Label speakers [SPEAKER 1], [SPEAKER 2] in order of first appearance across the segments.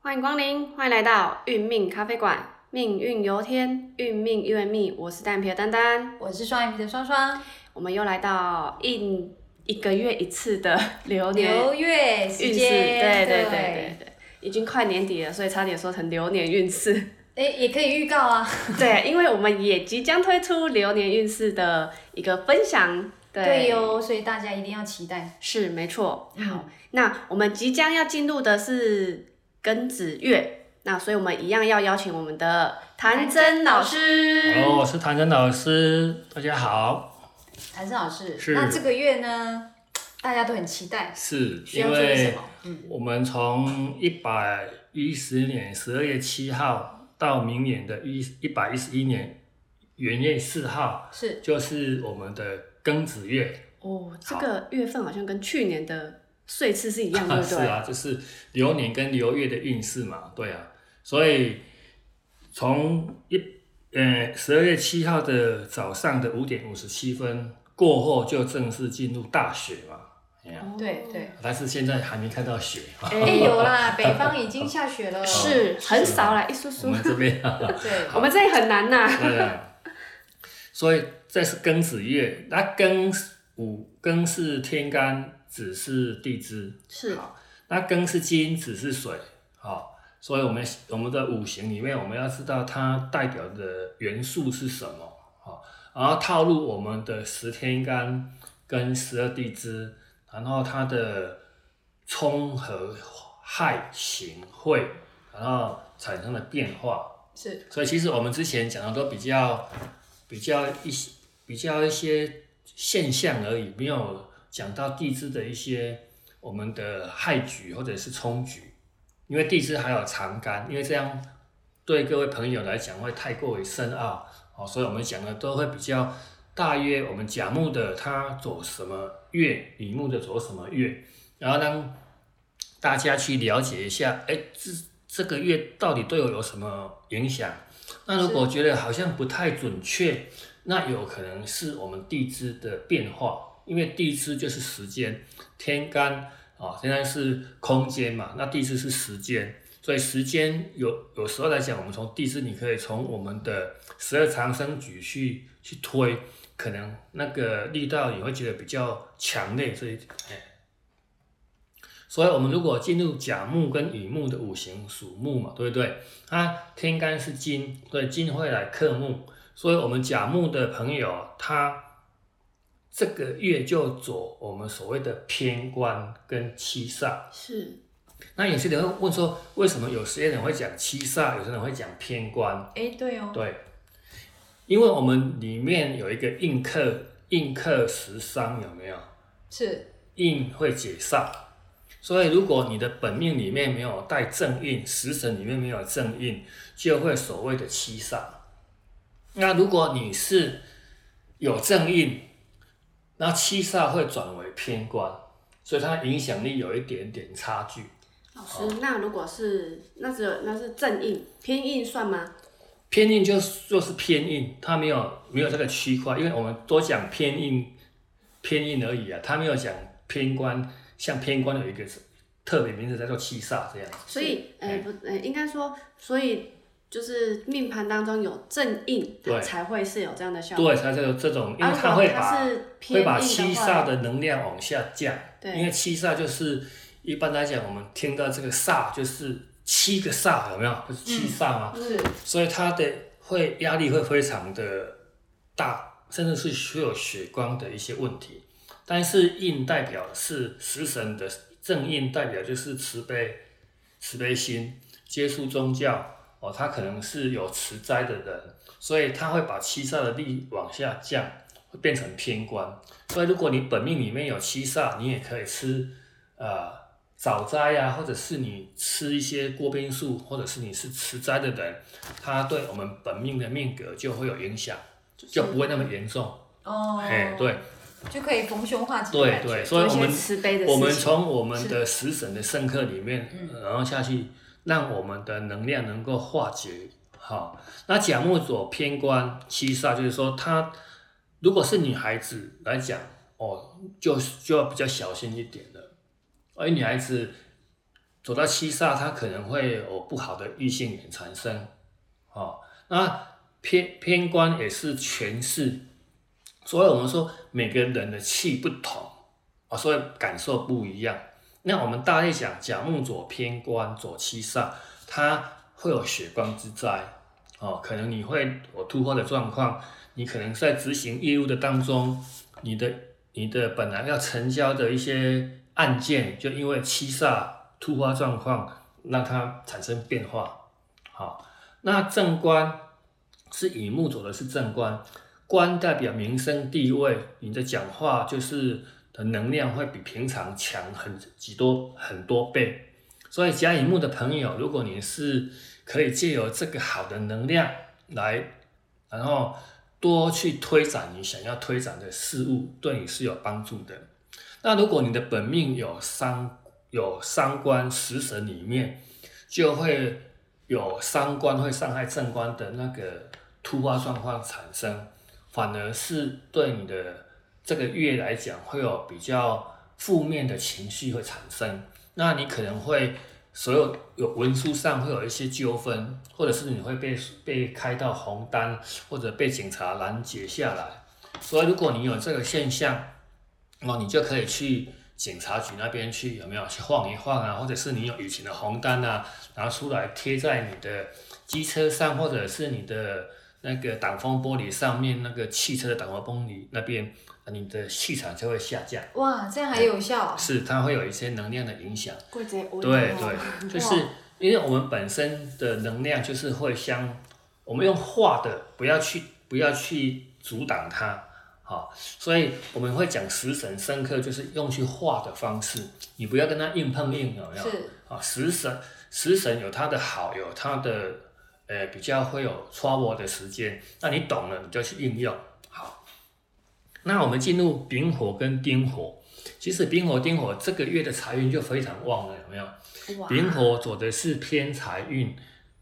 [SPEAKER 1] 欢迎光临，欢迎来到运命咖啡馆，命运由天，运命 U M E，我是单眼皮的丹丹，
[SPEAKER 2] 我是双眼皮的双双，
[SPEAKER 1] 我们又来到一一个月一次的流年
[SPEAKER 2] 流月
[SPEAKER 1] 运
[SPEAKER 2] 时
[SPEAKER 1] 势，
[SPEAKER 2] 间，
[SPEAKER 1] 对对对对对，已经快年底了，所以差点说成流年运 势。
[SPEAKER 2] 对，诶，也可以预告啊，
[SPEAKER 1] 对，因为我们也即将推出流年运势的一个分享。对
[SPEAKER 2] 对哟、所以大家一定要期待。
[SPEAKER 1] 是没错。好，那我们即将要进入的是庚子月，那所以我们一样要邀请我们的谭真老师。
[SPEAKER 3] Hello，我是唐真老师，大家好。
[SPEAKER 2] 谭胜老师，
[SPEAKER 3] 是
[SPEAKER 2] 那这个月呢，大家都很期待，
[SPEAKER 3] 是
[SPEAKER 2] 需要
[SPEAKER 3] 因
[SPEAKER 2] 注意什
[SPEAKER 3] 为
[SPEAKER 2] 么？嗯，
[SPEAKER 3] 我们从一百一十年十二月七号到明年的一一百一十一年元月四号，
[SPEAKER 2] 是
[SPEAKER 3] 就是我们的庚子月。
[SPEAKER 1] 哦，这个月份好像跟去年的岁次是一 样，对
[SPEAKER 3] 啊
[SPEAKER 1] 不
[SPEAKER 3] 是
[SPEAKER 1] 对？
[SPEAKER 3] 啊，就是流年跟流月的运势嘛，对啊。所以从一呃十二月七号的早上的五点五十七分过后，就正式进入大雪嘛。哎呀、
[SPEAKER 1] 哦
[SPEAKER 2] 对 对。
[SPEAKER 3] 但是现在还没看到雪，
[SPEAKER 1] 哎
[SPEAKER 2] 哎、有啦，北方已经下雪 了，
[SPEAKER 1] 哦是很少啦，一叔
[SPEAKER 3] 哦啊我
[SPEAKER 1] 叔，
[SPEAKER 3] 们这边、啊，
[SPEAKER 2] 对，
[SPEAKER 1] 我们这里很难呐、
[SPEAKER 3] 对啊，所以这是庚子月，那庚五庚是天干，子是地支，
[SPEAKER 1] 是
[SPEAKER 3] 好，那庚是金，子是水，好，所以我们我们的五行里面，我们要知道它代表的元素是什么，好，然后套入我们的十天干跟十二地支，然后它的冲和害行会，然后产生了变化，
[SPEAKER 2] 是
[SPEAKER 3] 所以其实我们之前讲的都比较比较一些比较一些现象而已，没有讲到地支的一些我们的害局或者是冲局，因为地支还有长干，因为这样对各位朋友来讲会太过于深奥哦，所以我们讲的都会比较大约我们甲木的它走什么月，乙木的走什么月，然后让大家去了解一下，哎，这这个月到底对我有什么影响？那如果觉得好像不太准确，那有可能是我们地支的变化，因为地支就是时间，天干啊、哦天干是空间嘛，那地支是时间，所以时间有有时候来讲，我们从地支，你可以从我们的十二长生局去去推，可能那个力道你会觉得比较强烈，所以哎。所以，我们如果进入甲木跟乙木的五行属木嘛，对不对？它天干是金，对，金会来克木，所以我们甲木的朋友，他这个月就走我们所谓的偏官跟七煞。
[SPEAKER 1] 是，
[SPEAKER 3] 那有些人会问说，为什么有些人会讲七煞，有些人会讲偏官？
[SPEAKER 2] 哎、对哦，
[SPEAKER 3] 对，因为我们里面有一个印克印克食伤，有没有？
[SPEAKER 2] 是
[SPEAKER 3] 印会解煞，所以如果你的本命里面没有带正印，食神里面没有正印，就会所谓的七煞。那如果你是有正印，那七煞会转为偏官，所以它影响力有一点点差距。
[SPEAKER 1] 老师，那如果是那只有那是正印，偏印算吗？
[SPEAKER 3] 偏硬就是就是偏硬，它没有没有这个区块，因为我们多讲偏硬偏硬而已啊，它没有讲偏官，像偏官有一个特别名字叫做七煞这样。
[SPEAKER 1] 所以，
[SPEAKER 3] 哎
[SPEAKER 1] 呃，不，呃，应该说，所以就是命盘当中有正印，它
[SPEAKER 3] 对
[SPEAKER 1] 才会是有这样的效果。
[SPEAKER 3] 对，它这个这种，因
[SPEAKER 1] 啊
[SPEAKER 3] 为
[SPEAKER 1] 如果
[SPEAKER 3] 它会
[SPEAKER 1] 它
[SPEAKER 3] 把
[SPEAKER 1] 是偏
[SPEAKER 3] 会
[SPEAKER 1] 硬
[SPEAKER 3] 把
[SPEAKER 1] 的
[SPEAKER 3] 七
[SPEAKER 1] 话
[SPEAKER 3] 煞的能量往下降，
[SPEAKER 1] 对
[SPEAKER 3] 因为七煞就是一般来讲，我们听到这个煞就是七个煞，有没有？不是七煞吗？
[SPEAKER 2] 是
[SPEAKER 3] 所以它的会压力会非常的大，甚至是会有血光的一些问题。但是印代表是食神的正印，代表就是慈悲、慈悲心，接触宗教哦，他可能是有持斋的人，所以他会把七煞的力往下降，会变成偏官。所以如果你本命里面有七煞，你也可以吃呃早斋呀、或者是你吃一些锅边素，或者是你是持斋的人，它对我们本命的命格就会有影响，就不会那么严重。
[SPEAKER 2] 哦，
[SPEAKER 3] 哎、对
[SPEAKER 2] 就可以逢凶化吉的
[SPEAKER 3] 对
[SPEAKER 2] 感觉，
[SPEAKER 3] 对，所以
[SPEAKER 1] 做一
[SPEAKER 3] 我
[SPEAKER 1] 些
[SPEAKER 3] 们
[SPEAKER 1] 慈悲的事情
[SPEAKER 3] 我们从我们的食神的圣课里面，呃然后下去，让我们的能量能够化解。好，那甲木左偏官七煞，就是说他如果是女孩子来讲，哎哦，就就要比较小心一点了。而女孩子走到七煞，它可能会有不好的异性缘产生。哦，那偏偏官也是权势，所以我们说每个人的气不同啊，所以感受不一样。那我们大力讲甲木左偏官左七煞，它会有血光之灾哦，可能你会有突发的状况，你可能在执行业务的当中，你的你的本来要成交的一些案件，就因为七煞突发状况，让它产生变化。好、那正官是乙木走的是正官，官代表民生地位，你的讲话就是的能量会比平常强很几多很多倍。所以甲乙木的朋友，如果你是可以借由这个好的能量来，然后多去推展你想要推展的事物，对你是有帮助的。那如果你的本命有伤有伤官食神里面，就会有伤官会伤害正官的那个突发状况产生，反而是对你的这个月来讲会有比较负面的情绪会产生。那你可能会所有有文书上会有一些纠纷，或者是你会被被开到红单，或者被警察拦截下来。所以如果你有这个现象，哦，你就可以去警察局那边去有没有去晃一晃啊，或者是你有以前的红单啊，拿出来贴在你的机车上，或者是你的那个挡风玻璃上面那个汽车的挡风玻璃那边，啊你的气场就会下降，
[SPEAKER 2] 哇，这样还有效啊！
[SPEAKER 3] 是它会有一些能量的影响。
[SPEAKER 1] 贵贼无
[SPEAKER 3] 对对，就是因为我们本身的能量就是会相，我们用画的，不要去不要去阻挡它，好、所以我们会讲食神生克，就是用去画的方式，你不要跟它硬碰硬，有没有？
[SPEAKER 2] 是
[SPEAKER 3] 啊，食神食神有它的好，有它的呃比较会有 trouble 的时间，那你懂了你就去应用。好，那我们进入丙火跟丁火，其实丙火丁火这个月的财运就非常旺了，有没有？
[SPEAKER 1] 哇，
[SPEAKER 3] 丙火走的是偏财运，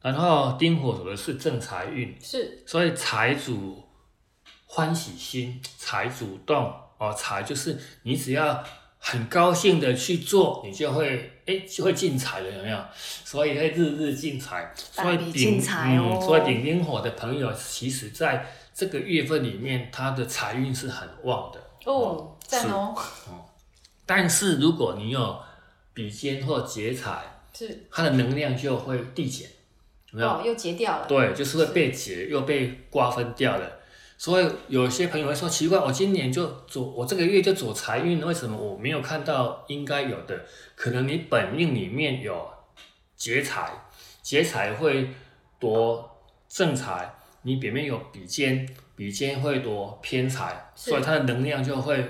[SPEAKER 3] 然后丁火走的是正财运，
[SPEAKER 2] 是
[SPEAKER 3] 所以财主欢喜心，财主动哦，财就是你只要很高兴的去做，你就会哎就会进财了，有没有？所以会日日进财，所以
[SPEAKER 1] 大笔
[SPEAKER 3] 丙
[SPEAKER 1] 进财哦
[SPEAKER 3] 嗯，所以丙丁火的朋友，其实在这个月份里面，他的财运是很旺的
[SPEAKER 2] 哦，赞哦，
[SPEAKER 3] 但是如果你有比肩或劫财，
[SPEAKER 2] 是
[SPEAKER 3] 它的能量就会递减，有没有？
[SPEAKER 2] 哦，又截掉了，
[SPEAKER 3] 对，就是会被解又被瓜分掉了。所以有些朋友会说奇怪，我今年就走，我这个月就走财运，为什么我没有看到应该有的？可能你本命里面有劫财，劫财会夺正财，你里面有比肩，比肩会夺偏财，
[SPEAKER 2] 是
[SPEAKER 3] 所以它的能量就会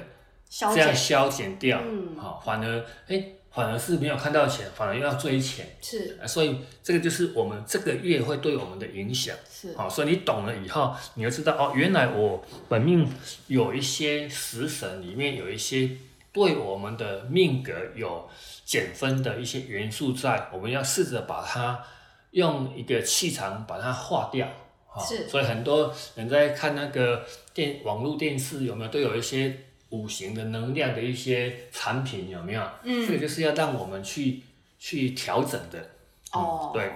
[SPEAKER 1] 消
[SPEAKER 3] 这样
[SPEAKER 1] 减
[SPEAKER 3] 消减掉。
[SPEAKER 1] 嗯
[SPEAKER 3] 好、反而哎，反而是没有看到钱，反而又要追钱。
[SPEAKER 2] 是
[SPEAKER 3] 啊，所以这个就是我们这个月会对我们的影响。
[SPEAKER 1] 是
[SPEAKER 3] 好、所以你懂了以后，你就知道哦，原来我本命有一些食神里面有一些对我们的命格有减分的一些元素在，我们要试着把它用一个气场把它化掉。好
[SPEAKER 2] 是
[SPEAKER 3] 所以很多人在看那个电网络电视有没有都有一些五行的能量的一些产品有没有？
[SPEAKER 2] 嗯
[SPEAKER 3] 这个就是要让我们去去调整的。
[SPEAKER 1] 哦，
[SPEAKER 3] 对，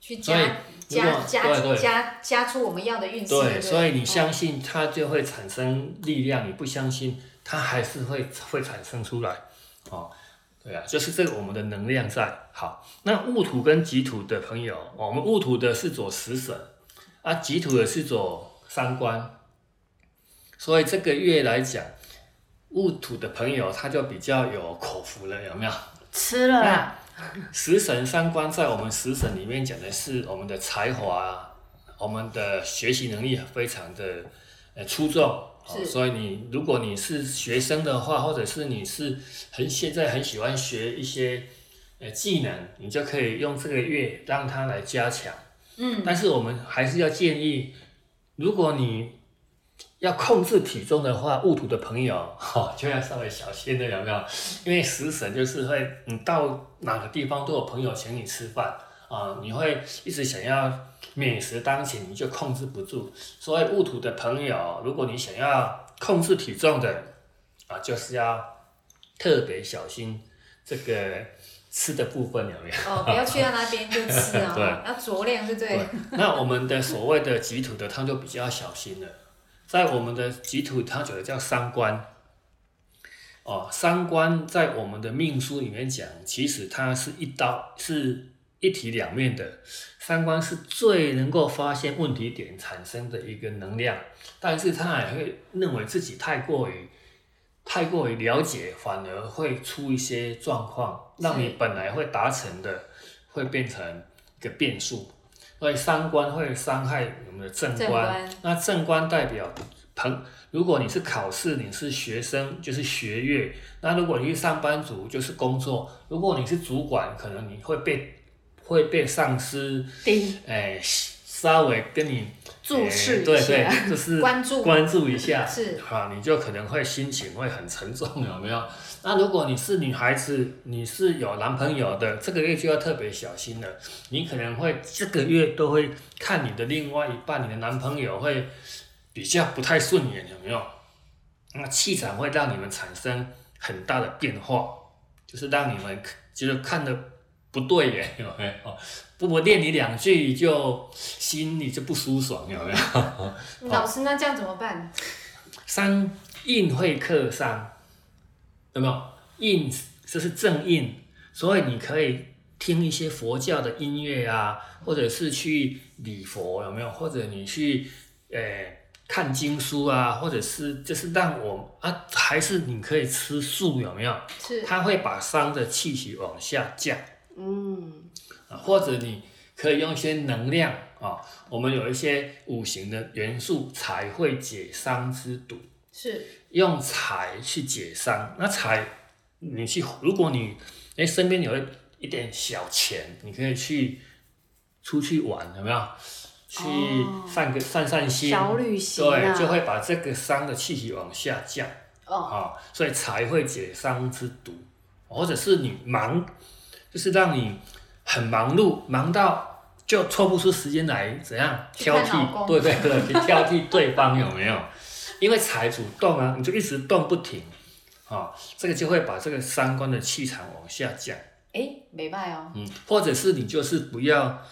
[SPEAKER 2] 去
[SPEAKER 3] 所以
[SPEAKER 2] 加
[SPEAKER 3] 如
[SPEAKER 2] 加
[SPEAKER 3] 果对
[SPEAKER 2] 加
[SPEAKER 3] 对
[SPEAKER 2] 加加出我们要的运哦势，
[SPEAKER 3] 对，
[SPEAKER 2] 不
[SPEAKER 3] 所以你相信它就会产生力量，你不相信它还是会会产生出来，哦，对啊，就是这个我们的能量在。好，那戊土跟己土的朋友，哦我们戊土的是走食神，啊，己土的是走三官，所以这个月来讲，戊土的朋友他就比较有口福了，有没有？
[SPEAKER 1] 吃了啦，
[SPEAKER 3] 食神三观在我们食神里面讲的是我们的才华，啊我们的学习能力啊非常的呃出众。哦
[SPEAKER 2] 是
[SPEAKER 3] 所以你如果你是学生的话，或者是你是很现在很喜欢学一些呃技能，你就可以用这个月让它来加强。
[SPEAKER 2] 嗯，
[SPEAKER 3] 但是我们还是要建议，如果你要控制体重的话，戊土的朋友哈、就要稍微小心了，有没有？因为食神就是会，你到哪个地方都有朋友请你吃饭啊，你会一直想要美食当前，你就控制不住。所以戊土的朋友，如果你想要控制体重的啊，就是要特别小心这个吃的部分有没有？
[SPEAKER 2] 哦，不要去到那边就吃啊，
[SPEAKER 3] 对
[SPEAKER 2] 要酌量是对。
[SPEAKER 3] 对，那我们的所谓的己土的汤就比较小心了，在我们的己土汤有的叫三观。哦，三观在我们的命书里面讲，其实它是一刀是一体两面的。三观是最能够发现问题点产生的一个能量，但是他也会认为自己太过于太过于了解，反而会出一些状况，
[SPEAKER 2] 是
[SPEAKER 3] 让你本来会达成的会变成一个变数。所以三观会伤害我们的正
[SPEAKER 2] 正
[SPEAKER 3] 官
[SPEAKER 2] 官，
[SPEAKER 3] 那正官代表朋。如果你是考试，你是学生，就是学业；那如果你是上班族，就是工作；如果你是主管，可能你会被会被上司
[SPEAKER 1] 顶
[SPEAKER 3] 哎稍微跟你
[SPEAKER 1] 注视
[SPEAKER 3] 哎
[SPEAKER 1] 一
[SPEAKER 3] 对
[SPEAKER 1] 下
[SPEAKER 3] 对，就是
[SPEAKER 2] 关注
[SPEAKER 3] 关注一下，
[SPEAKER 2] 是
[SPEAKER 3] 好，你就可能会心情会很沉重， 有没有？那如果你是女孩子，你是有男朋友的，这个月就要特别小心了。你可能会这个月都会看你的另外一半，你的男朋友会比较不太顺眼，有没有？那气场会让你们产生很大的变化，就是让你们就是看的不对眼，有没有？不不念你两句就心里就不舒爽，有没有？
[SPEAKER 2] 嗯老师，那这样怎么办？
[SPEAKER 3] 伤印会克伤，有没有？印这是正印，所以你可以听一些佛教的音乐啊，或者是去礼佛，有没有？或者你去呃看经书啊，或者是就是让我啊，还是你可以吃素，有没有？
[SPEAKER 2] 是
[SPEAKER 3] 它会把伤的气息往下降。
[SPEAKER 1] 嗯，
[SPEAKER 3] 啊，或者你可以用一些能量啊，我们有一些五行的元素才会解伤之毒，
[SPEAKER 2] 是
[SPEAKER 3] 用财去解伤。那财，你去，如果你哎身边有一一点小钱，你可以去出去玩，有没有？去
[SPEAKER 1] 哦
[SPEAKER 3] 散个、散散心，
[SPEAKER 1] 小旅行啊，
[SPEAKER 3] 对，就会把这个伤的气息往下降。
[SPEAKER 2] 哦，
[SPEAKER 3] 啊、所以才会解伤之毒，或者是你忙，就是让你很忙碌，忙到就抽不出时间来怎样
[SPEAKER 2] 去
[SPEAKER 3] 挑
[SPEAKER 2] 看老公
[SPEAKER 3] 剔，对对对，去 挑剔对方有没有？因为财主动啊，你就一直动不停，啊、这个就会把这个三观的气场往下降，
[SPEAKER 2] 哎，没办哦，
[SPEAKER 3] 嗯，或者是你就是不要，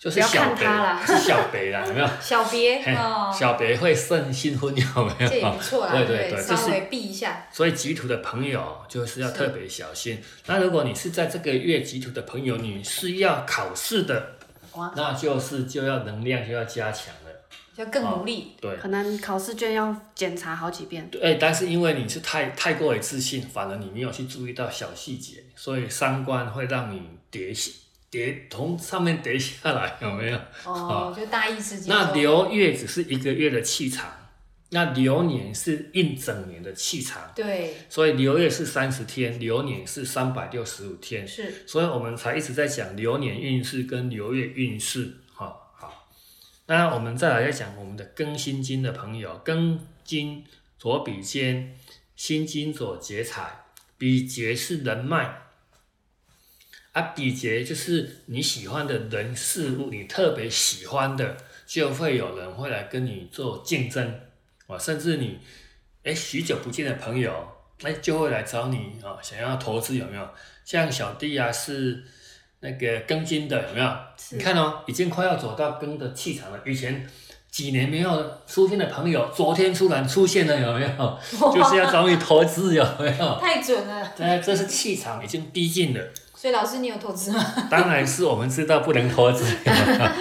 [SPEAKER 3] 就是
[SPEAKER 2] 不要
[SPEAKER 3] 小
[SPEAKER 2] 看
[SPEAKER 3] 北
[SPEAKER 2] 他啦，
[SPEAKER 3] 是小北啦，有没有？
[SPEAKER 2] 小别
[SPEAKER 3] 嘿
[SPEAKER 2] 哦，
[SPEAKER 3] 哎小北会胜新婚有没有？
[SPEAKER 2] 这也不错啦，
[SPEAKER 3] 对
[SPEAKER 2] 对
[SPEAKER 3] 对
[SPEAKER 2] 不
[SPEAKER 3] 对，
[SPEAKER 2] 对，
[SPEAKER 3] 这
[SPEAKER 2] 稍
[SPEAKER 3] 是
[SPEAKER 2] 微避一下，
[SPEAKER 3] 所以吉土的朋友就是要特别小心。那如果你是在这个月吉土的朋友，你是要考试的，
[SPEAKER 2] 哇，
[SPEAKER 3] 那就是就要能量就要加强了。
[SPEAKER 2] 就更努力，
[SPEAKER 3] 对，
[SPEAKER 1] 可能考试卷要检查好几遍。
[SPEAKER 3] 对，但是因为你是太太过于自信，反而你没有去注意到小细节，所以三观会让你跌下跌从上面跌下来，有没有？
[SPEAKER 2] 哦，就大意识接
[SPEAKER 3] 那
[SPEAKER 2] 受，
[SPEAKER 3] 流月只是一个月的气场，那流年是一整年的气场，
[SPEAKER 2] 对，
[SPEAKER 3] 所以流月是三十天，流年是三百六十五天。
[SPEAKER 2] 是
[SPEAKER 3] 所以我们才一直在讲流年运势跟流月运势。哈、好，那我们再来再讲我们的庚辛金的朋友，庚金左比肩，辛金左劫财，比劫是人脉。啊，比劫就是你喜欢的人事物，你特别喜欢的，就会有人会来跟你做竞争啊，甚至你，哎，许久不见的朋友，哎，就会来找你啊，想要投资有没有？像小弟啊是那个庚金的，有没有？
[SPEAKER 1] 是
[SPEAKER 3] 你看哦，已经快要走到庚的气场了。以前几年没有出现的朋友，昨天突然出现了，有没有？就是要找你投资，有没有？
[SPEAKER 2] 太准了。
[SPEAKER 3] 那这是气场已经逼近了。
[SPEAKER 2] 所以老师，你有投资吗？
[SPEAKER 3] 当然是我们知道不能投资，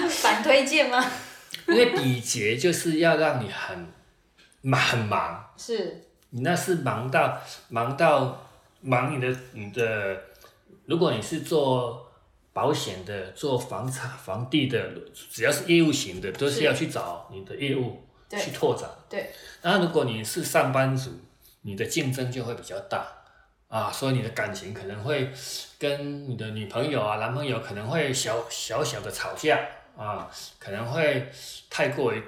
[SPEAKER 2] 反推荐吗？
[SPEAKER 3] 因为比劫就是要让你很忙很忙，
[SPEAKER 2] 是
[SPEAKER 3] 你那是忙到忙到忙你的你的，如果你是做保险的、做房产、房地的，只要是业务型的，都是
[SPEAKER 2] 是
[SPEAKER 3] 要去找你的业务
[SPEAKER 2] 对
[SPEAKER 3] 去拓展。
[SPEAKER 2] 对，
[SPEAKER 3] 那如果你是上班族，你的竞争就会比较大啊，所以你的感情可能会跟你的女朋友啊、男朋友可能会小小小的吵架啊，可能会太过于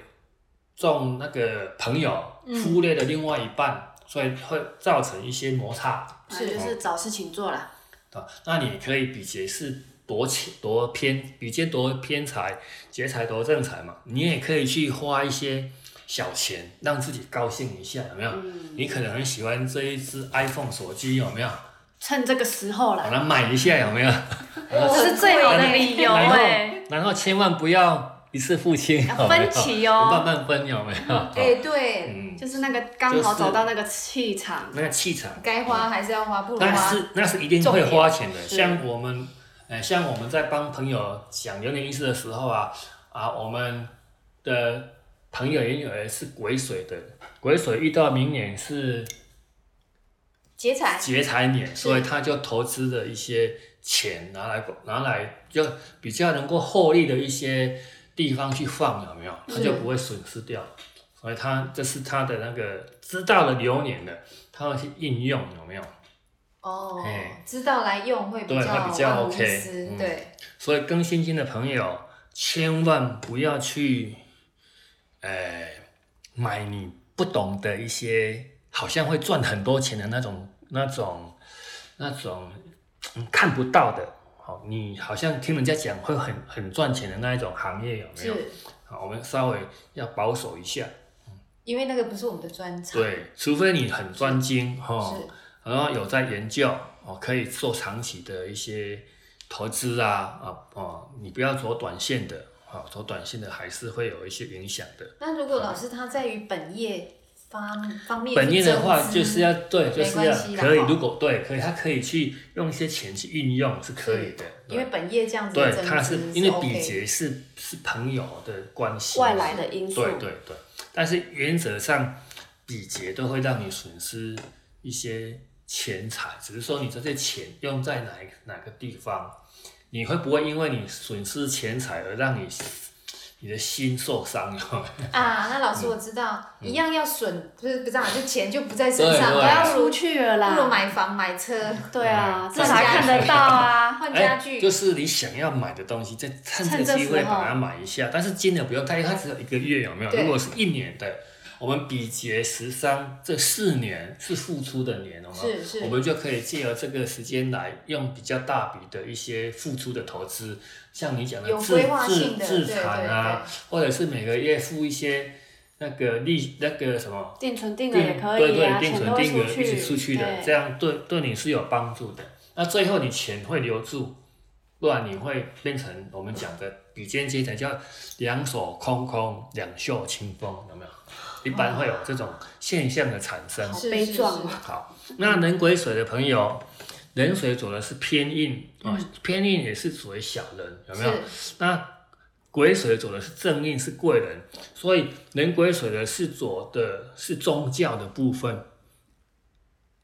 [SPEAKER 3] 重那个朋友，忽略了另外一半，所以会造成一些摩擦
[SPEAKER 1] 反正啊就是找事情做啦。
[SPEAKER 3] 啊。那你可以比劫是夺钱夺偏，比劫夺偏财，劫财夺正财嘛。你也可以去花一些小钱，让自己高兴一下，有没有？
[SPEAKER 1] 嗯，
[SPEAKER 3] 你可能很喜欢这一只 iPhone 手机，有没有？
[SPEAKER 1] 趁这个时候
[SPEAKER 3] 把
[SPEAKER 1] 啦，
[SPEAKER 3] 它买一下有没有？
[SPEAKER 1] 这是最好的理由
[SPEAKER 3] 然后
[SPEAKER 1] 哎、
[SPEAKER 3] 然后千万不要一次付清，
[SPEAKER 1] 要
[SPEAKER 3] 有 没有
[SPEAKER 1] 分期哦
[SPEAKER 3] 慢慢分有没有？
[SPEAKER 2] 哎，对，
[SPEAKER 3] 嗯，
[SPEAKER 1] 就是那个刚好找到那个气场，
[SPEAKER 3] 那个气场，
[SPEAKER 2] 该花还是要花，不如
[SPEAKER 3] 那
[SPEAKER 2] 花。
[SPEAKER 3] 是那是一定会花钱的。
[SPEAKER 1] 是
[SPEAKER 3] 像我们，呃，像我们在帮朋友讲流年运势的时候啊，啊，我们的朋友也有人是癸水的，癸水遇到明年是
[SPEAKER 2] 劫财，
[SPEAKER 3] 劫财年，所以他就投资了一些钱拿来拿来就比较能够获利的一些地方去放，有没有？他就不会损失掉。所以他这是他的那个知道了流年的，他会去应用，有没有？
[SPEAKER 2] 哦
[SPEAKER 3] 哎，
[SPEAKER 2] 知道来用会比
[SPEAKER 3] 对
[SPEAKER 2] 较
[SPEAKER 3] 会比较
[SPEAKER 2] 万无一
[SPEAKER 3] OK，
[SPEAKER 2] 失
[SPEAKER 3] 嗯
[SPEAKER 2] 对，
[SPEAKER 3] 所以跟新进的朋友千万不要去，呃，买你不懂的一些好像会赚很多钱的那种、那种、那种、嗯看不到的。好，你好像听人家讲会很很赚钱的那一种行业有没有？
[SPEAKER 2] 是
[SPEAKER 3] 好，我们稍微要保守一下。
[SPEAKER 2] 因为那个不是我们的专长。
[SPEAKER 3] 对，除非你很专精哈。
[SPEAKER 2] 是
[SPEAKER 3] 然后有在研究哦，可以做长期的一些投资啊啊哦，你不要走短线的啊，走短线的还是会有一些影响的。
[SPEAKER 2] 那如果老师他在于本业方方面，
[SPEAKER 3] 本业的话就是要对，
[SPEAKER 2] 啊
[SPEAKER 3] 就
[SPEAKER 2] 没
[SPEAKER 3] 是
[SPEAKER 2] 关
[SPEAKER 3] 要
[SPEAKER 2] 系啦
[SPEAKER 3] 可以
[SPEAKER 2] 哈，
[SPEAKER 3] 如果对可以，他可以去用一些钱去运用是可以的，
[SPEAKER 2] 因为
[SPEAKER 3] 对
[SPEAKER 2] 本业这样子的
[SPEAKER 3] 对，
[SPEAKER 2] 增
[SPEAKER 3] 他
[SPEAKER 2] 值是
[SPEAKER 3] 是因为
[SPEAKER 2] OK
[SPEAKER 3] 比
[SPEAKER 2] 的
[SPEAKER 3] 劫是是朋友的关系，
[SPEAKER 1] 外来的因素
[SPEAKER 3] 对对对，但是原则上，比劫都会让你损失一些钱财，只是说你这些钱用在哪一个哪个地方，你会不会因为你损失钱财而让你你的心受伤？
[SPEAKER 2] 啊，那老师我知道，一样要损，不是不知道，就钱就不在身
[SPEAKER 3] 对
[SPEAKER 2] 上，
[SPEAKER 3] 嗯对
[SPEAKER 1] 不
[SPEAKER 2] 我要
[SPEAKER 1] 要
[SPEAKER 2] 输
[SPEAKER 1] 出去了
[SPEAKER 2] 不如
[SPEAKER 1] 啦，
[SPEAKER 2] 买房买车，
[SPEAKER 1] 对啊，至
[SPEAKER 3] 对
[SPEAKER 1] 少看得到啊，
[SPEAKER 2] 换家
[SPEAKER 3] 哎，
[SPEAKER 2] 具，
[SPEAKER 3] 就是你想要买的东西，再趁这个机会把它买一下，但是金额不用太，因为它只有一个月，有没有？
[SPEAKER 2] 对
[SPEAKER 3] 如果是一年的，我们比劫十伤这四年是付出的年，有没有？
[SPEAKER 2] 是是
[SPEAKER 3] 我们就可以借由这个时间来用比较大笔的一些付出的投资，像你讲的
[SPEAKER 2] 有
[SPEAKER 3] 自
[SPEAKER 2] 规划性的
[SPEAKER 3] 自自
[SPEAKER 2] 对
[SPEAKER 3] 产啊，或者是每个月付一些那个利那个什么
[SPEAKER 1] 定存定
[SPEAKER 3] 定
[SPEAKER 1] 额也可
[SPEAKER 3] 对
[SPEAKER 1] 以
[SPEAKER 3] 对，
[SPEAKER 1] 啊，
[SPEAKER 3] 定
[SPEAKER 1] 钱
[SPEAKER 3] 存
[SPEAKER 1] 都会
[SPEAKER 3] 定额一
[SPEAKER 1] 去，
[SPEAKER 3] 起出去的，这
[SPEAKER 1] 对，
[SPEAKER 3] 样对对你是有帮助的。那最后你钱会留住，不然你会变成我们讲的比肩阶层，叫两手空空，两袖清风，有没有？一般会有这种现象的产生。
[SPEAKER 1] 好
[SPEAKER 2] 是
[SPEAKER 1] 悲壮
[SPEAKER 2] 啊
[SPEAKER 1] 哦，
[SPEAKER 3] 好，那人癸水的朋友，人水走的是偏硬啊、
[SPEAKER 1] 嗯
[SPEAKER 3] 偏硬也是属于小人，有没有？
[SPEAKER 2] 是
[SPEAKER 3] 那癸水走的是正印，是贵人，所以人癸水的是左的是宗教的部分。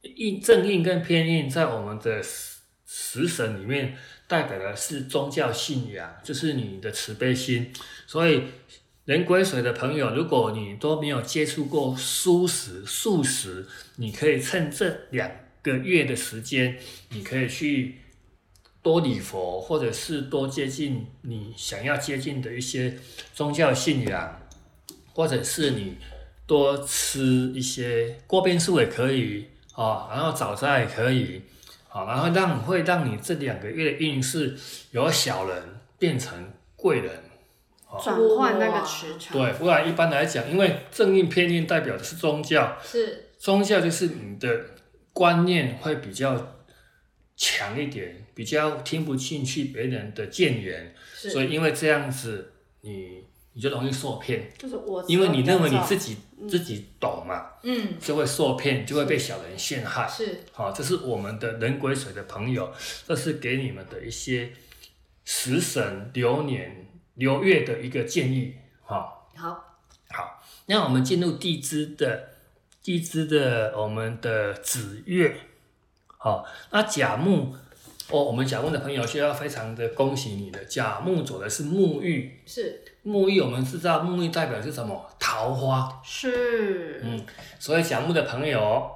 [SPEAKER 3] 印正印跟偏印在我们的十十神里面代表的是宗教信仰，就是你的慈悲心。所以人癸水的朋友，如果你都没有接触过素食，素食，你可以趁这两个月的时间，你可以去多礼佛，或者是多接近你想要接近的一些宗教信仰，或者是你多吃一些锅边素也可以啊、然后早茶也可以，好、然后让会让你这两个月的运势由小人变成贵人。
[SPEAKER 1] 转换那个磁场，
[SPEAKER 3] 对，不然一般来讲，因为正印偏印代表的是宗教，
[SPEAKER 2] 是
[SPEAKER 3] 宗教就是你的观念会比较强一点，比较听不进去别人的谏言，所
[SPEAKER 2] 是
[SPEAKER 3] 以因为这样子，你你就容易受骗，嗯
[SPEAKER 1] 就是我，
[SPEAKER 3] 因为你认为你自
[SPEAKER 1] 己，
[SPEAKER 3] 己自己懂嘛，
[SPEAKER 2] 嗯
[SPEAKER 3] 就会受骗，就会被小人陷害。
[SPEAKER 2] 是
[SPEAKER 3] 好，这是我们的人癸水的朋友，这是给你们的一些食神流年流月的一个建议，哈、
[SPEAKER 2] 好
[SPEAKER 3] 好，那我们进入地支的地支的我们的子月，好、那甲木，哦，我们甲木的朋友需要非常的恭喜你的，甲木走的是沐浴，
[SPEAKER 2] 是
[SPEAKER 3] 沐浴我们知道沐浴代表是什么？桃花，
[SPEAKER 1] 是
[SPEAKER 3] 嗯，所以甲木的朋友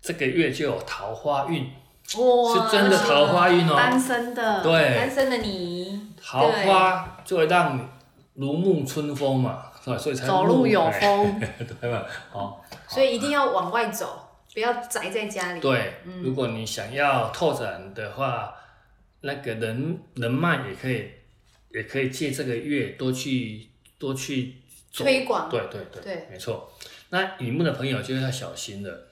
[SPEAKER 3] 这个月就有桃花运，
[SPEAKER 2] 哇
[SPEAKER 3] 是真的桃花运
[SPEAKER 1] 嗯单
[SPEAKER 3] 哦，
[SPEAKER 1] 身的，
[SPEAKER 3] 对
[SPEAKER 2] 单，身的你
[SPEAKER 3] 桃花就会让你如沐春风嘛，是吧？所以才
[SPEAKER 1] 走路
[SPEAKER 3] 沐
[SPEAKER 1] 有
[SPEAKER 3] 哎
[SPEAKER 1] 风，
[SPEAKER 3] 对 吧？哦。
[SPEAKER 2] 对，所以一定要往外走，不要宅在家里，
[SPEAKER 3] 对，
[SPEAKER 1] 嗯
[SPEAKER 3] 如果你想要拓展的话，那个人人脉也可以，也可以借这个月多去多去走
[SPEAKER 2] 推广
[SPEAKER 3] 对对对，
[SPEAKER 2] 对
[SPEAKER 3] 没错。那乙木的朋友就要小心了，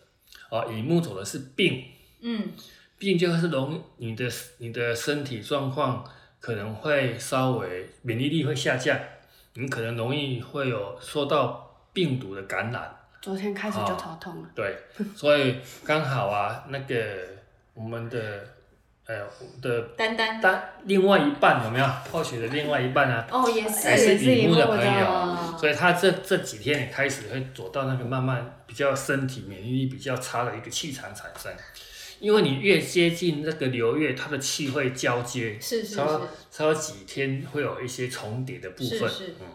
[SPEAKER 3] 哦，乙木走的是病，
[SPEAKER 2] 嗯
[SPEAKER 3] 毕竟就是容你的你的身体状况可能会稍微免疫力会下降，你可能容易会有受到病毒的感染。
[SPEAKER 1] 昨天开始就头痛了，
[SPEAKER 3] 对，所以刚好啊，那个我们的呃我们的
[SPEAKER 2] 丹丹
[SPEAKER 3] 但另外一半有没有破血的另外一半啊？
[SPEAKER 2] 哦也是啊
[SPEAKER 3] 还是
[SPEAKER 1] 也是
[SPEAKER 3] 比目的朋
[SPEAKER 1] 荧幕
[SPEAKER 3] 友，
[SPEAKER 2] 的
[SPEAKER 3] 所以他这这几天也开始会走到那个慢慢比较身体免疫力比较差的一个气场产生，因为你越接近那个流月，它的气会交接，
[SPEAKER 2] 是是
[SPEAKER 3] 差不多
[SPEAKER 2] 是
[SPEAKER 3] 差不多几天会有一些重叠的部分。
[SPEAKER 2] 是是
[SPEAKER 3] 嗯，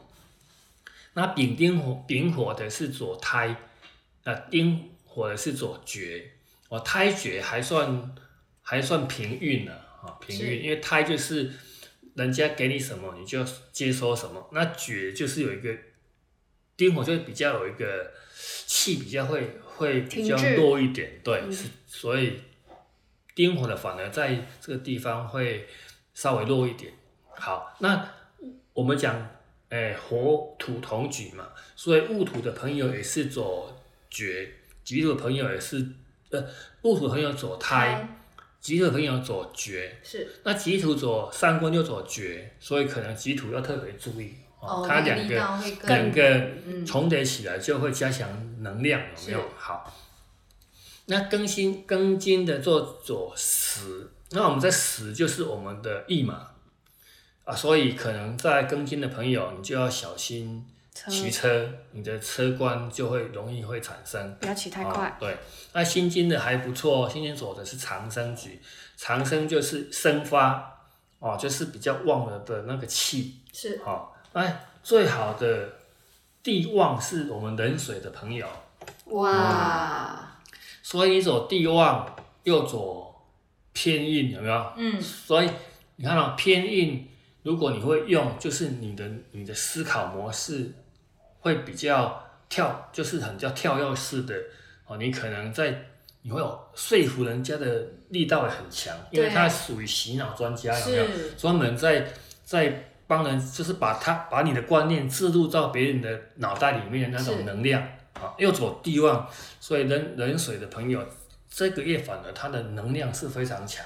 [SPEAKER 3] 那丙丁火丙火的是左胎，呃丁火的是左厥，哦胎厥还算还算平运了啊、平
[SPEAKER 2] 是
[SPEAKER 3] 运，因为胎就是人家给你什么你就接收什么，那厥就是有一个丁火就比较有一个气比较会会比较
[SPEAKER 1] 停滞
[SPEAKER 3] 弱一点，对，是所以丁火的反而在这个地方会稍微弱一点。好，那我们讲，哎、火土同举嘛，所以戊土的朋友也是走绝，己土的朋友也是，呃，戊土的朋友走胎，己土的朋友走绝，
[SPEAKER 2] 是
[SPEAKER 3] 那己土走三宫就走绝，所以可能己土要特别注意
[SPEAKER 2] 哦
[SPEAKER 3] 它
[SPEAKER 2] 那个
[SPEAKER 3] 两
[SPEAKER 2] 力
[SPEAKER 3] 个
[SPEAKER 2] 道会更
[SPEAKER 3] 两个
[SPEAKER 2] 嗯
[SPEAKER 3] 重叠起来就会加强能量，有没有
[SPEAKER 2] 是？
[SPEAKER 3] 好，那庚辛庚金的做左十，那我们在十就是我们的驿嘛，啊，所以可能在庚金的朋友，你就要小心
[SPEAKER 1] 车
[SPEAKER 3] 骑车，
[SPEAKER 2] 嗯
[SPEAKER 3] 你的车关就会容易会产生。
[SPEAKER 1] 不要骑太
[SPEAKER 3] 哦
[SPEAKER 1] 快，。
[SPEAKER 3] 对，那心经的还不错哦，心经走的是长生局，长生就是生发哦，就是比较旺了的那个气
[SPEAKER 2] 是
[SPEAKER 3] 哦。哎，最好的地旺是我们冷水的朋友，
[SPEAKER 1] 哇，
[SPEAKER 3] 所以你走地旺又走偏印，有没有？
[SPEAKER 2] 嗯
[SPEAKER 3] 所以你看到、偏硬，如果你会用，就是你的你的思考模式会比较跳，就是很叫跳跃式的哦。你可能在你会有说服人家的力道也很强，因为
[SPEAKER 2] 对
[SPEAKER 3] 他属于洗脑专家，有没有？
[SPEAKER 2] 是
[SPEAKER 3] 专门在在帮人，就是把他把你的观念植入到别人的脑袋里面的那
[SPEAKER 2] 是
[SPEAKER 3] 种能量啊，又走地旺，所以人人水的朋友，这个月反而他的能量是非常强。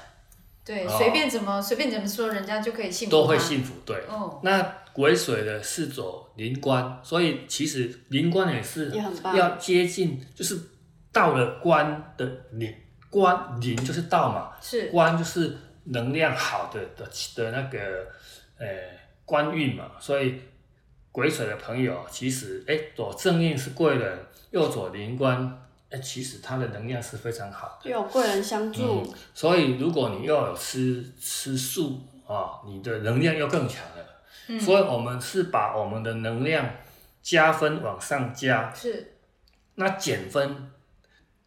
[SPEAKER 2] 对
[SPEAKER 3] 哦
[SPEAKER 2] 随便怎么随便怎么说人家就可以信服
[SPEAKER 3] 都会
[SPEAKER 2] 他
[SPEAKER 3] 幸福。对，
[SPEAKER 2] 哦
[SPEAKER 3] 那癸水的是走灵官，所以其实灵官也是
[SPEAKER 1] 也很棒
[SPEAKER 3] 嗯要接近，就是到了官的灵，官灵就是道嘛，
[SPEAKER 2] 是
[SPEAKER 3] 官就是能量好的的的那个呃官运嘛，所以癸水的朋友其实哎左正印是贵人，右左灵官，哎其实他的能量是非常好的。
[SPEAKER 1] 又有贵人相助，
[SPEAKER 3] 所以如果你又有吃吃素啊，你的能量又更强了。所以我们是把我们的能量加分往上加，
[SPEAKER 2] 是
[SPEAKER 3] 那减分，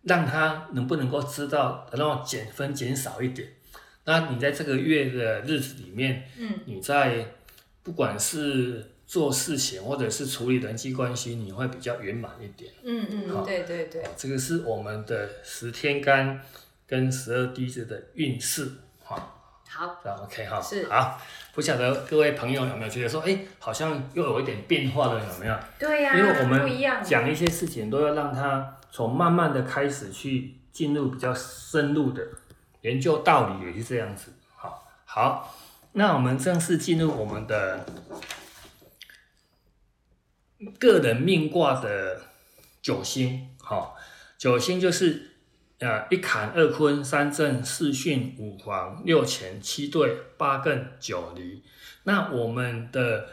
[SPEAKER 3] 让它能不能够知道，然后减分减少一点。那你在这个月的日子里面，
[SPEAKER 2] 嗯
[SPEAKER 3] 你在不管是做事情或者是处理人际关系，你会比较圆满一点。
[SPEAKER 2] 嗯嗯
[SPEAKER 3] 好
[SPEAKER 2] 对对对
[SPEAKER 3] 哦这个是我们的十天干跟十二地支的运势，哈、
[SPEAKER 2] 好
[SPEAKER 3] 这样 OK 哈，
[SPEAKER 2] 是
[SPEAKER 3] 好，不晓得各位朋友有没有觉得说，哎，好像又有一点变化了，有没有？
[SPEAKER 2] 对呀
[SPEAKER 3] 因为我
[SPEAKER 2] 不一样
[SPEAKER 3] 们讲一些事情都要让它从慢慢的开始去进入比较深入的研究道理，也是这样子。好，好，那我们正式进入我们的个人命卦的九星。好，九星就是呃一坎、二坤、三震、四巽、五黄、六乾、七兑、八艮、九离。那我们的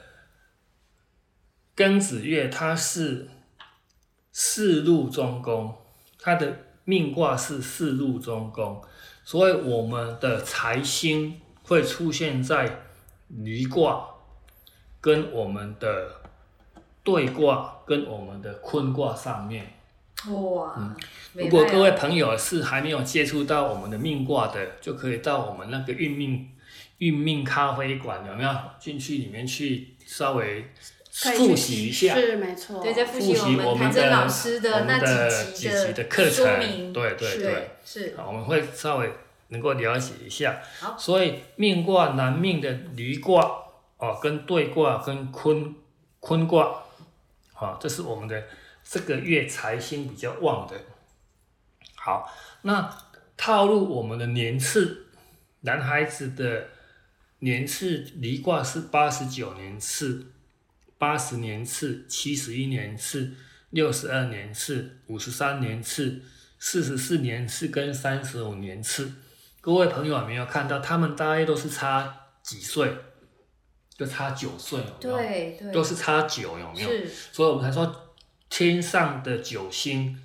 [SPEAKER 3] 庚子月它是四路中宫，它的命卦是四路中宫，所以我们的财星会出现在离卦，跟我们的兑卦跟我们的坤卦上面。
[SPEAKER 2] 哇，
[SPEAKER 3] 嗯如
[SPEAKER 2] 美
[SPEAKER 3] 果
[SPEAKER 2] 败
[SPEAKER 3] 各
[SPEAKER 2] 啊
[SPEAKER 3] 位朋友是还没有接触到我们的命卦的，就可以到我们那个运命运命咖啡馆有没有进去里面去稍微
[SPEAKER 1] 可以去
[SPEAKER 3] 复习一下，
[SPEAKER 1] 是没错，
[SPEAKER 2] 对，在复习
[SPEAKER 3] 复习我
[SPEAKER 2] 我们
[SPEAKER 3] 们
[SPEAKER 2] 谭真
[SPEAKER 3] 的
[SPEAKER 2] 老师
[SPEAKER 3] 我们
[SPEAKER 2] 那
[SPEAKER 3] 的
[SPEAKER 2] 几
[SPEAKER 3] 几集的
[SPEAKER 2] 的
[SPEAKER 3] 课
[SPEAKER 2] 书
[SPEAKER 3] 程
[SPEAKER 2] 名，
[SPEAKER 3] 对对
[SPEAKER 2] 是
[SPEAKER 3] 对，
[SPEAKER 2] 是
[SPEAKER 3] 啊，我们会稍微能够了解一下。
[SPEAKER 2] 好
[SPEAKER 3] 所以命卦男命的离卦哦，跟兑卦跟坤坤卦，啊，这是我们的这个月财星比较旺的。好，那套入我们的年次，男孩子的年次离卦是八十九年次、八十年次、七十一年次、六十二年次、五十三年次、四十四年次跟三十五年次。各位朋友啊有没有看到，他们大概都是差几岁？就差九岁，有没有？
[SPEAKER 2] 对对，
[SPEAKER 3] 都是差九，有没有？
[SPEAKER 2] 是
[SPEAKER 3] 所以我们才说天上的九星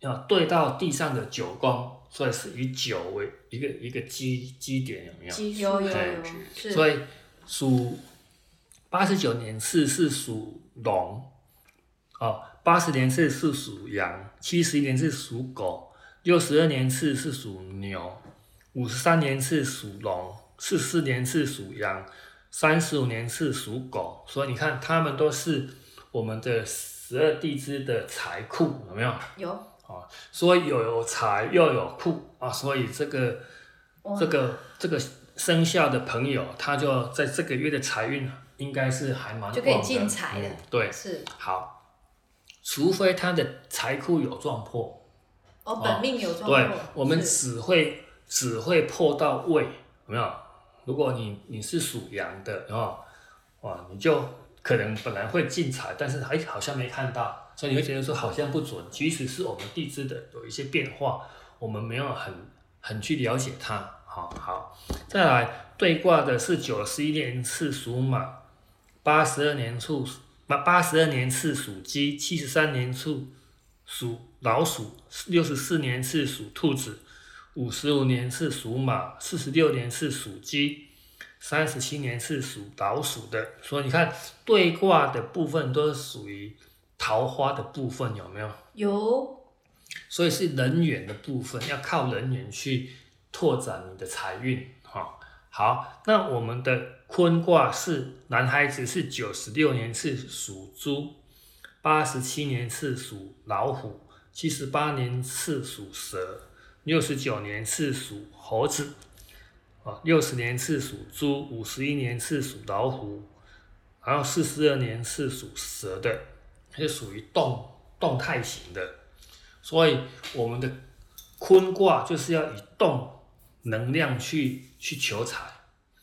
[SPEAKER 3] 要对到地上的九宫，所以是以九为一个一个基基点，有没有？
[SPEAKER 1] 基
[SPEAKER 2] 有有
[SPEAKER 3] 对
[SPEAKER 2] 有，是
[SPEAKER 3] 所以属八十九年次是属龙，哦，八十年次是属羊，七十年次属狗，六十二年次是属牛，五十三年次属龙，四十四年次属羊，三十五年次属狗。所以你看，他们都是我们的十二地支的财库，有没有？
[SPEAKER 2] 有
[SPEAKER 3] 所以又有财又有库啊，所以这个
[SPEAKER 2] 哇
[SPEAKER 3] 这个这个生肖的朋友，他就在这个月的财运应该是还蛮
[SPEAKER 2] 就可以
[SPEAKER 3] 旺的
[SPEAKER 2] 进财的
[SPEAKER 3] 嗯对，
[SPEAKER 2] 是
[SPEAKER 3] 好，除非他的财库有撞破，
[SPEAKER 2] 哦，本命有状
[SPEAKER 3] 对
[SPEAKER 2] 况，，
[SPEAKER 3] 我们
[SPEAKER 2] 是
[SPEAKER 3] 只会只会破到位，有没有？如果你你是属羊的，然后哇，你就可能本来会进财，但是哎好像没看到，所以你会觉得说好像不准。即使是我们地支的有一些变化，我们没有很很去了解它。好好，再来对卦的是九十一年次属马，八十二年处八八十二年次属鸡，七十三年处属老鼠，六十四年次属兔子，五十五年次属马，四十六年次属鸡，三十七年次属老鼠的。所以你看对卦的部分都是属于桃花的部分，有没有？
[SPEAKER 2] 有
[SPEAKER 3] 所以是人缘的部分，要靠人缘去拓展你的财运哈、好，那我们的坤卦是男孩子是九十六年是属猪，八十七年是属老虎，七十八年是属蛇，六十九年是属猴子，啊，六十年是属猪，五十一年是属老虎，然后四十二年是属蛇的，是属于动动态型的。所以我们的坤卦就是要以动能量去去求财，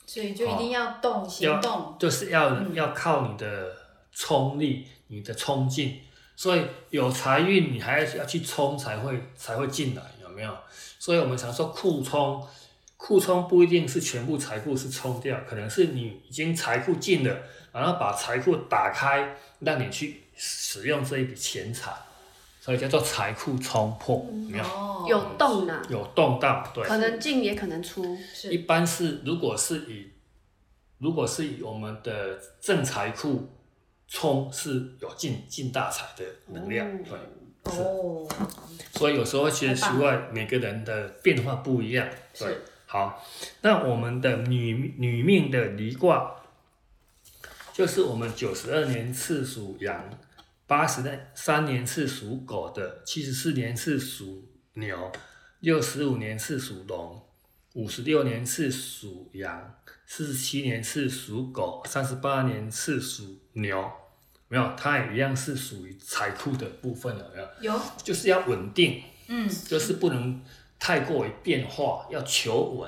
[SPEAKER 2] 所以
[SPEAKER 3] 哦
[SPEAKER 2] 就一定要动行动，
[SPEAKER 3] 就是要、要靠你的冲力、你的冲劲。所以有财运，你还要要去冲才会才会进来，有没有？所以我们常说库冲，库冲不一定是全部财库是冲掉，可能是你已经财库进了，然后把财库打开，让你去使用这一笔钱财，所以叫做财库冲破，有没有？
[SPEAKER 2] 哦，
[SPEAKER 1] 有动呢、
[SPEAKER 3] 有动荡，对，
[SPEAKER 1] 可能进也可能出，
[SPEAKER 2] 是
[SPEAKER 3] 一般是如果是以如果是以我们的正财库冲是有进进大财的能量，
[SPEAKER 1] 嗯
[SPEAKER 3] 对，
[SPEAKER 2] 哦，
[SPEAKER 3] 所以有时候其实奇怪，每个人的变化不一样，对
[SPEAKER 2] 是，
[SPEAKER 3] 好，那我们的女女命的离卦就是我们九十二年次属羊，八十三年次属狗的，七十四年次属牛，六十五年次属龙，五十六年次属羊，四十七年次属狗，三十八年次属牛。没有，它也一样是属于财库的部分，有没有？
[SPEAKER 2] 有
[SPEAKER 3] 就是要稳定，
[SPEAKER 2] 嗯，
[SPEAKER 3] 就是不能太过于变化，要求稳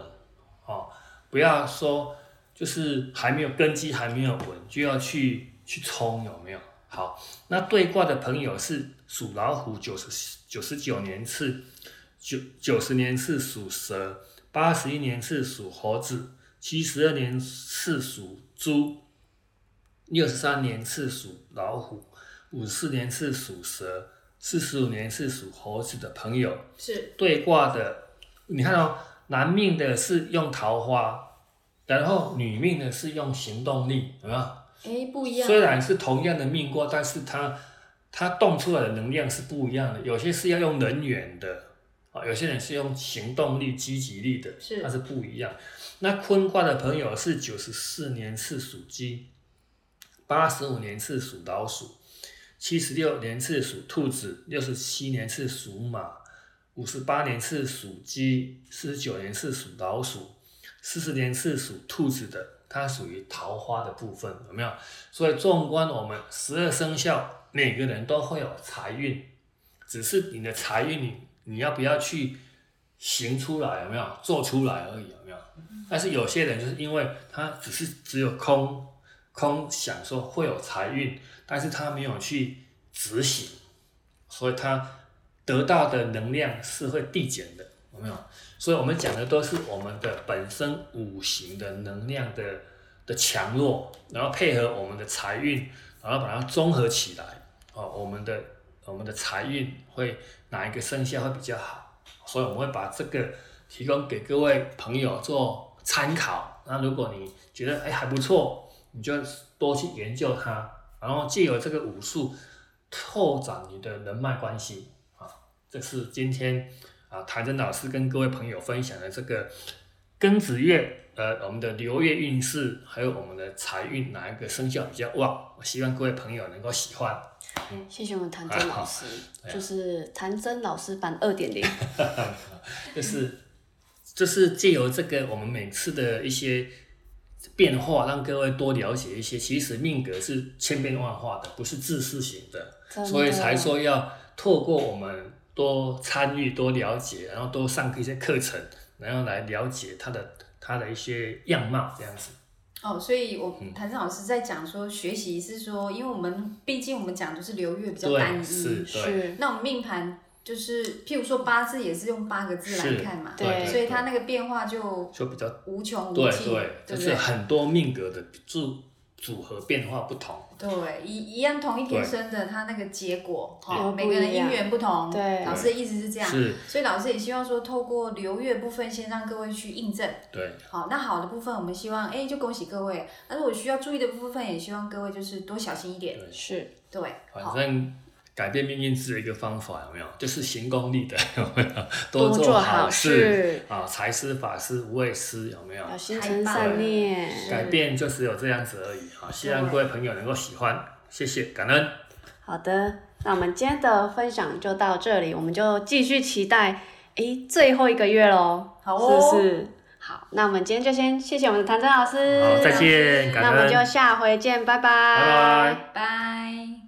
[SPEAKER 3] 哦，不要说就是还没有根基还没有稳就要去去冲，有没有？好，那对卦的朋友是属老虎九十九十九年次，九九十年次属蛇，八十一年次属猴子，七十二年次属猪，六十三年次属老虎，五十四年次属蛇，四十五年次属猴子的朋友，
[SPEAKER 2] 是
[SPEAKER 3] 对卦的，你看哦，男命的是用桃花，然后女命的是用行动力，有没有？
[SPEAKER 2] 哎不一样，
[SPEAKER 3] 虽然是同样的命卦，但是它它动出来的能量是不一样的，有些是要用人缘的。啊，有些人是用行动力、积极力的，
[SPEAKER 2] 是
[SPEAKER 3] 它是不一样。那坤卦的朋友是九十四年次属鸡，八十五年次属老鼠，七十六年次属兔子，六十七年次属马，五十八年次属鸡，四十九年次属老鼠，四十年次属兔子的，它属于桃花的部分，有没有？所以纵观我们十二生肖，每个人都会有财运，只是你的财运你你要不要去行出来，有没有做出来而已，有没有？但是有些人就是因为他只是只有空空想说会有财运，但是他没有去执行，所以他得到的能量是会递减的，有没有？所以我们讲的都是我们的本身五行的能量的的强弱，然后配合我们的财运，然后把它综合起来，哦，我们的我们的财运会哪一个生肖会比较好？所以我们会把这个提供给各位朋友做参考。那如果你觉得哎还不错，你就多去研究它，然后借由这个武术拓展你的人脉关系啊。这是今天啊谭真老师跟各位朋友分享的这个庚子月。呃，我们的流月运势，还有我们的财运，哪一个生肖比较旺？我希望各位朋友能够喜欢。
[SPEAKER 1] 谢谢我们谭
[SPEAKER 3] 哎
[SPEAKER 1] 真老师，就是谭真老师版二点零。
[SPEAKER 3] 就是就是借由这个我们每次的一些变化，让各位多了解一些。其实命格是千变万化的，不是自私型
[SPEAKER 1] 真
[SPEAKER 3] 的，
[SPEAKER 1] 的
[SPEAKER 3] 所以才说要透过我们多参与、多了解，然后多上一些课程，然后来了解它的它的一些样貌这样子。
[SPEAKER 2] 哦，所以我
[SPEAKER 3] 嗯
[SPEAKER 2] 谭正老师在讲说，学习是说，因为我们毕竟我们讲就是流月比较单
[SPEAKER 3] 对，
[SPEAKER 2] 一，
[SPEAKER 3] 是，对，
[SPEAKER 1] 是，
[SPEAKER 2] 那我们命盘就是，譬如说八字也是用八个字来
[SPEAKER 3] 是
[SPEAKER 2] 看嘛，
[SPEAKER 1] 对
[SPEAKER 2] 所以它那个变化就
[SPEAKER 3] 就比较
[SPEAKER 2] 无穷无
[SPEAKER 3] 对
[SPEAKER 2] 尽，
[SPEAKER 3] 对，
[SPEAKER 2] 对
[SPEAKER 3] 就
[SPEAKER 2] 不
[SPEAKER 3] 是
[SPEAKER 2] 对？
[SPEAKER 3] 很多命格的组组合变化不同。
[SPEAKER 2] 对，一一样同一天
[SPEAKER 3] 对
[SPEAKER 2] 生的，它那个结果
[SPEAKER 1] 对
[SPEAKER 2] 哈，每个
[SPEAKER 1] 哦
[SPEAKER 2] 人
[SPEAKER 1] 不一样
[SPEAKER 2] 姻缘不同。
[SPEAKER 1] 对
[SPEAKER 2] 老师的意思是这样，
[SPEAKER 3] 是，
[SPEAKER 2] 所以老师也希望说，透过流月部分，先让各位去印证。
[SPEAKER 3] 对，
[SPEAKER 2] 好，那好的部分我们希望，哎，就恭喜各位。但是我需要注意的部分，也希望各位就是多小心一点。
[SPEAKER 1] 是，
[SPEAKER 2] 对，
[SPEAKER 3] 反
[SPEAKER 2] 好，
[SPEAKER 3] 正改变命运只有一个方法，有没有？就是行功立德， 有没有？
[SPEAKER 1] 做
[SPEAKER 3] 做
[SPEAKER 1] 好
[SPEAKER 3] 事啊，财施法施无畏施，有没有？
[SPEAKER 1] 要心存善念。
[SPEAKER 2] 是
[SPEAKER 3] 改变就只有这样子而已啊！希望各位朋友能够喜欢，谢谢，感恩。
[SPEAKER 1] 好的，那我们今天的分享就到这里，我们就继续期待，诶，最后一个月喽，
[SPEAKER 2] 好哦
[SPEAKER 1] 是不是？好，那我们今天就先谢谢我们的谭真老师，
[SPEAKER 3] 好，再见，感
[SPEAKER 1] 那我们
[SPEAKER 3] 恩，
[SPEAKER 1] 就下回见，拜拜
[SPEAKER 3] 拜拜。
[SPEAKER 2] 拜。